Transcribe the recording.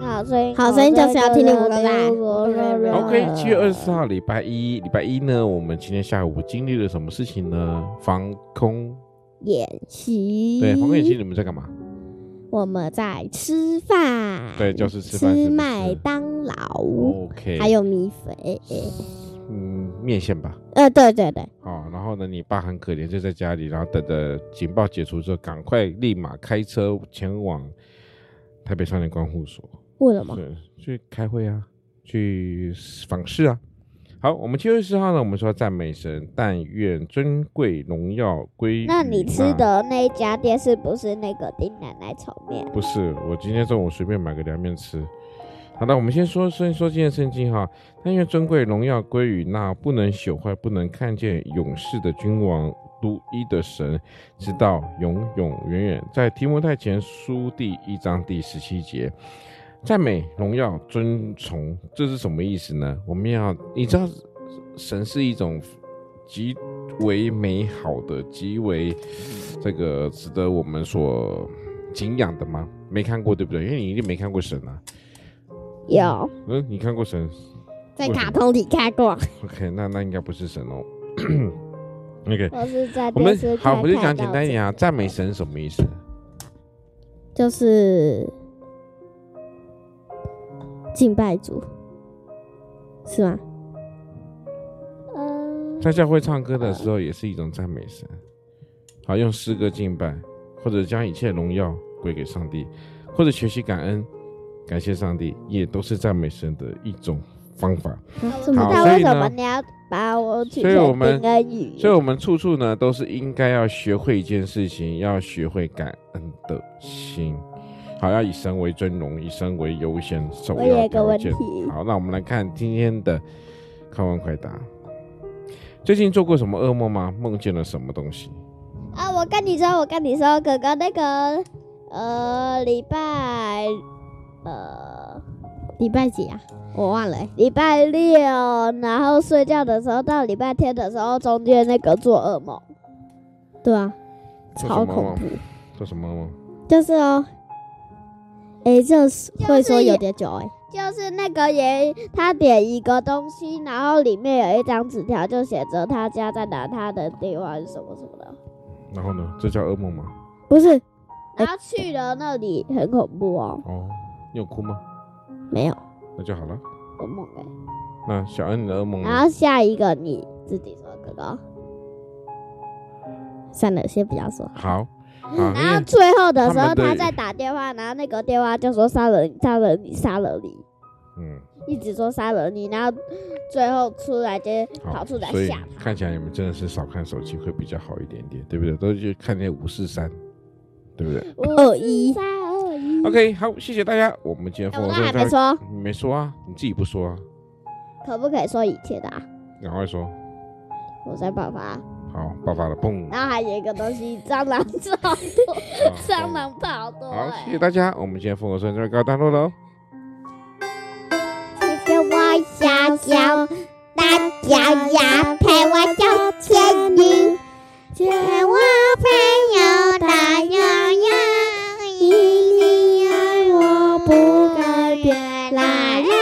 好声音，好声音就是要听听我的啦 OK，七月二十四号，礼拜一，礼拜一呢，我们今天下午经历了什么事情呢？防空，演习。对，防空演习，你们在干嘛？我们在吃饭，对，就是吃饭，是不是哦麦当劳， OK，还有米粉。嗯，面线吧。呃，对对对，哦，然后呢，你爸很可怜，就在家里，然后等着警报解除之后，赶快立马开车前往台北少年观护所，为什么？对，去开会啊，去访视啊。好，我们七月四号呢，我们说赞美神，但愿尊贵荣耀归于那你吃那的那一家店是不是那个丁奶奶炒面？不是，我今天中午随便买个凉面吃。好的，我们先说先说今天的圣经哈。但愿尊贵荣耀归于那不能朽坏、不能看见、勇士的君王、独一的神，直到永永远远。在提摩太前书第一章第十七节，赞美、荣耀、尊崇，这是什么意思呢？我们要你知道，神是一种极为美好的、极为这个值得我们所敬仰的吗？没看过，对不对？因为你一定没看过神啊。有，嗯，你看过神在卡通里看过， ？OK，那那应该不是神哦。OK，我是在我电视们台好，我就讲看简到单一这点啊。赞美神什么意思？就是敬拜主，是吗？啊嗯，在教会唱歌的时候也是一种赞美神，好用诗歌敬拜，或者将一切荣耀归给上帝，或者学习感恩，感谢上帝，也都是赞美神的一种方法。啊我不这知么好道所为以什呢么你要把我取所以我成们丁恩宇，所以，我们处处呢都是应该要学会一件事情，要学会感恩的心。好，要以神为尊荣，以神为优先首我有要一个条问件题。好，那我们来看今天的快问快答。最近做过什么噩梦吗？梦见了什么东西？啊，我跟你说，我跟你说，哥哥那个呃礼拜呃礼拜几啊？我忘了欸、礼拜六，然后睡觉的时候到礼拜天的时候，中间那个做噩梦，对啊，做超什么恐梦怖。做什么噩梦？就是哦，哎、这是就是会说有也点久哎、就是那个爷他点一个东西，然后里面有一张纸条，就写着他家在哪，他的地方是什么什么的，然后呢？这叫噩梦吗？不是哎然后去了那里很恐怖哦，哦，你有哭吗？没有，那就好了。噩梦哎、那小恩你的噩梦呢然后下一个你自己说，哥啊哥。算了，先不要说。好，好，因然后为最后的时他候，们的他在打电话，然后那个电话就说杀了你，杀了你，杀了你，嗯，一直说杀了你，然后最后出来就好，跑出来所以吓他。看起来你们真的是少看手机会比较好一点点，对不对？都去看那五四三，对不对二一三二一， ？OK，好，谢谢大家。啊我们今天哎嗯风我都火车还没上，说，你没说啊，你自己不说啊，可不可以说以前的、啊？赶快说。我在爆发，啊好，爆发了，砰！然后还有一个东西，蟑螂超多，好蟑。螂跑多、好，欸。谢谢大家。我们今天风火车就告一段落喽。谢谢我笑笑，大家呀陪我笑天云，云见我朋友大洋洋，一你爱我不改变，啦啦。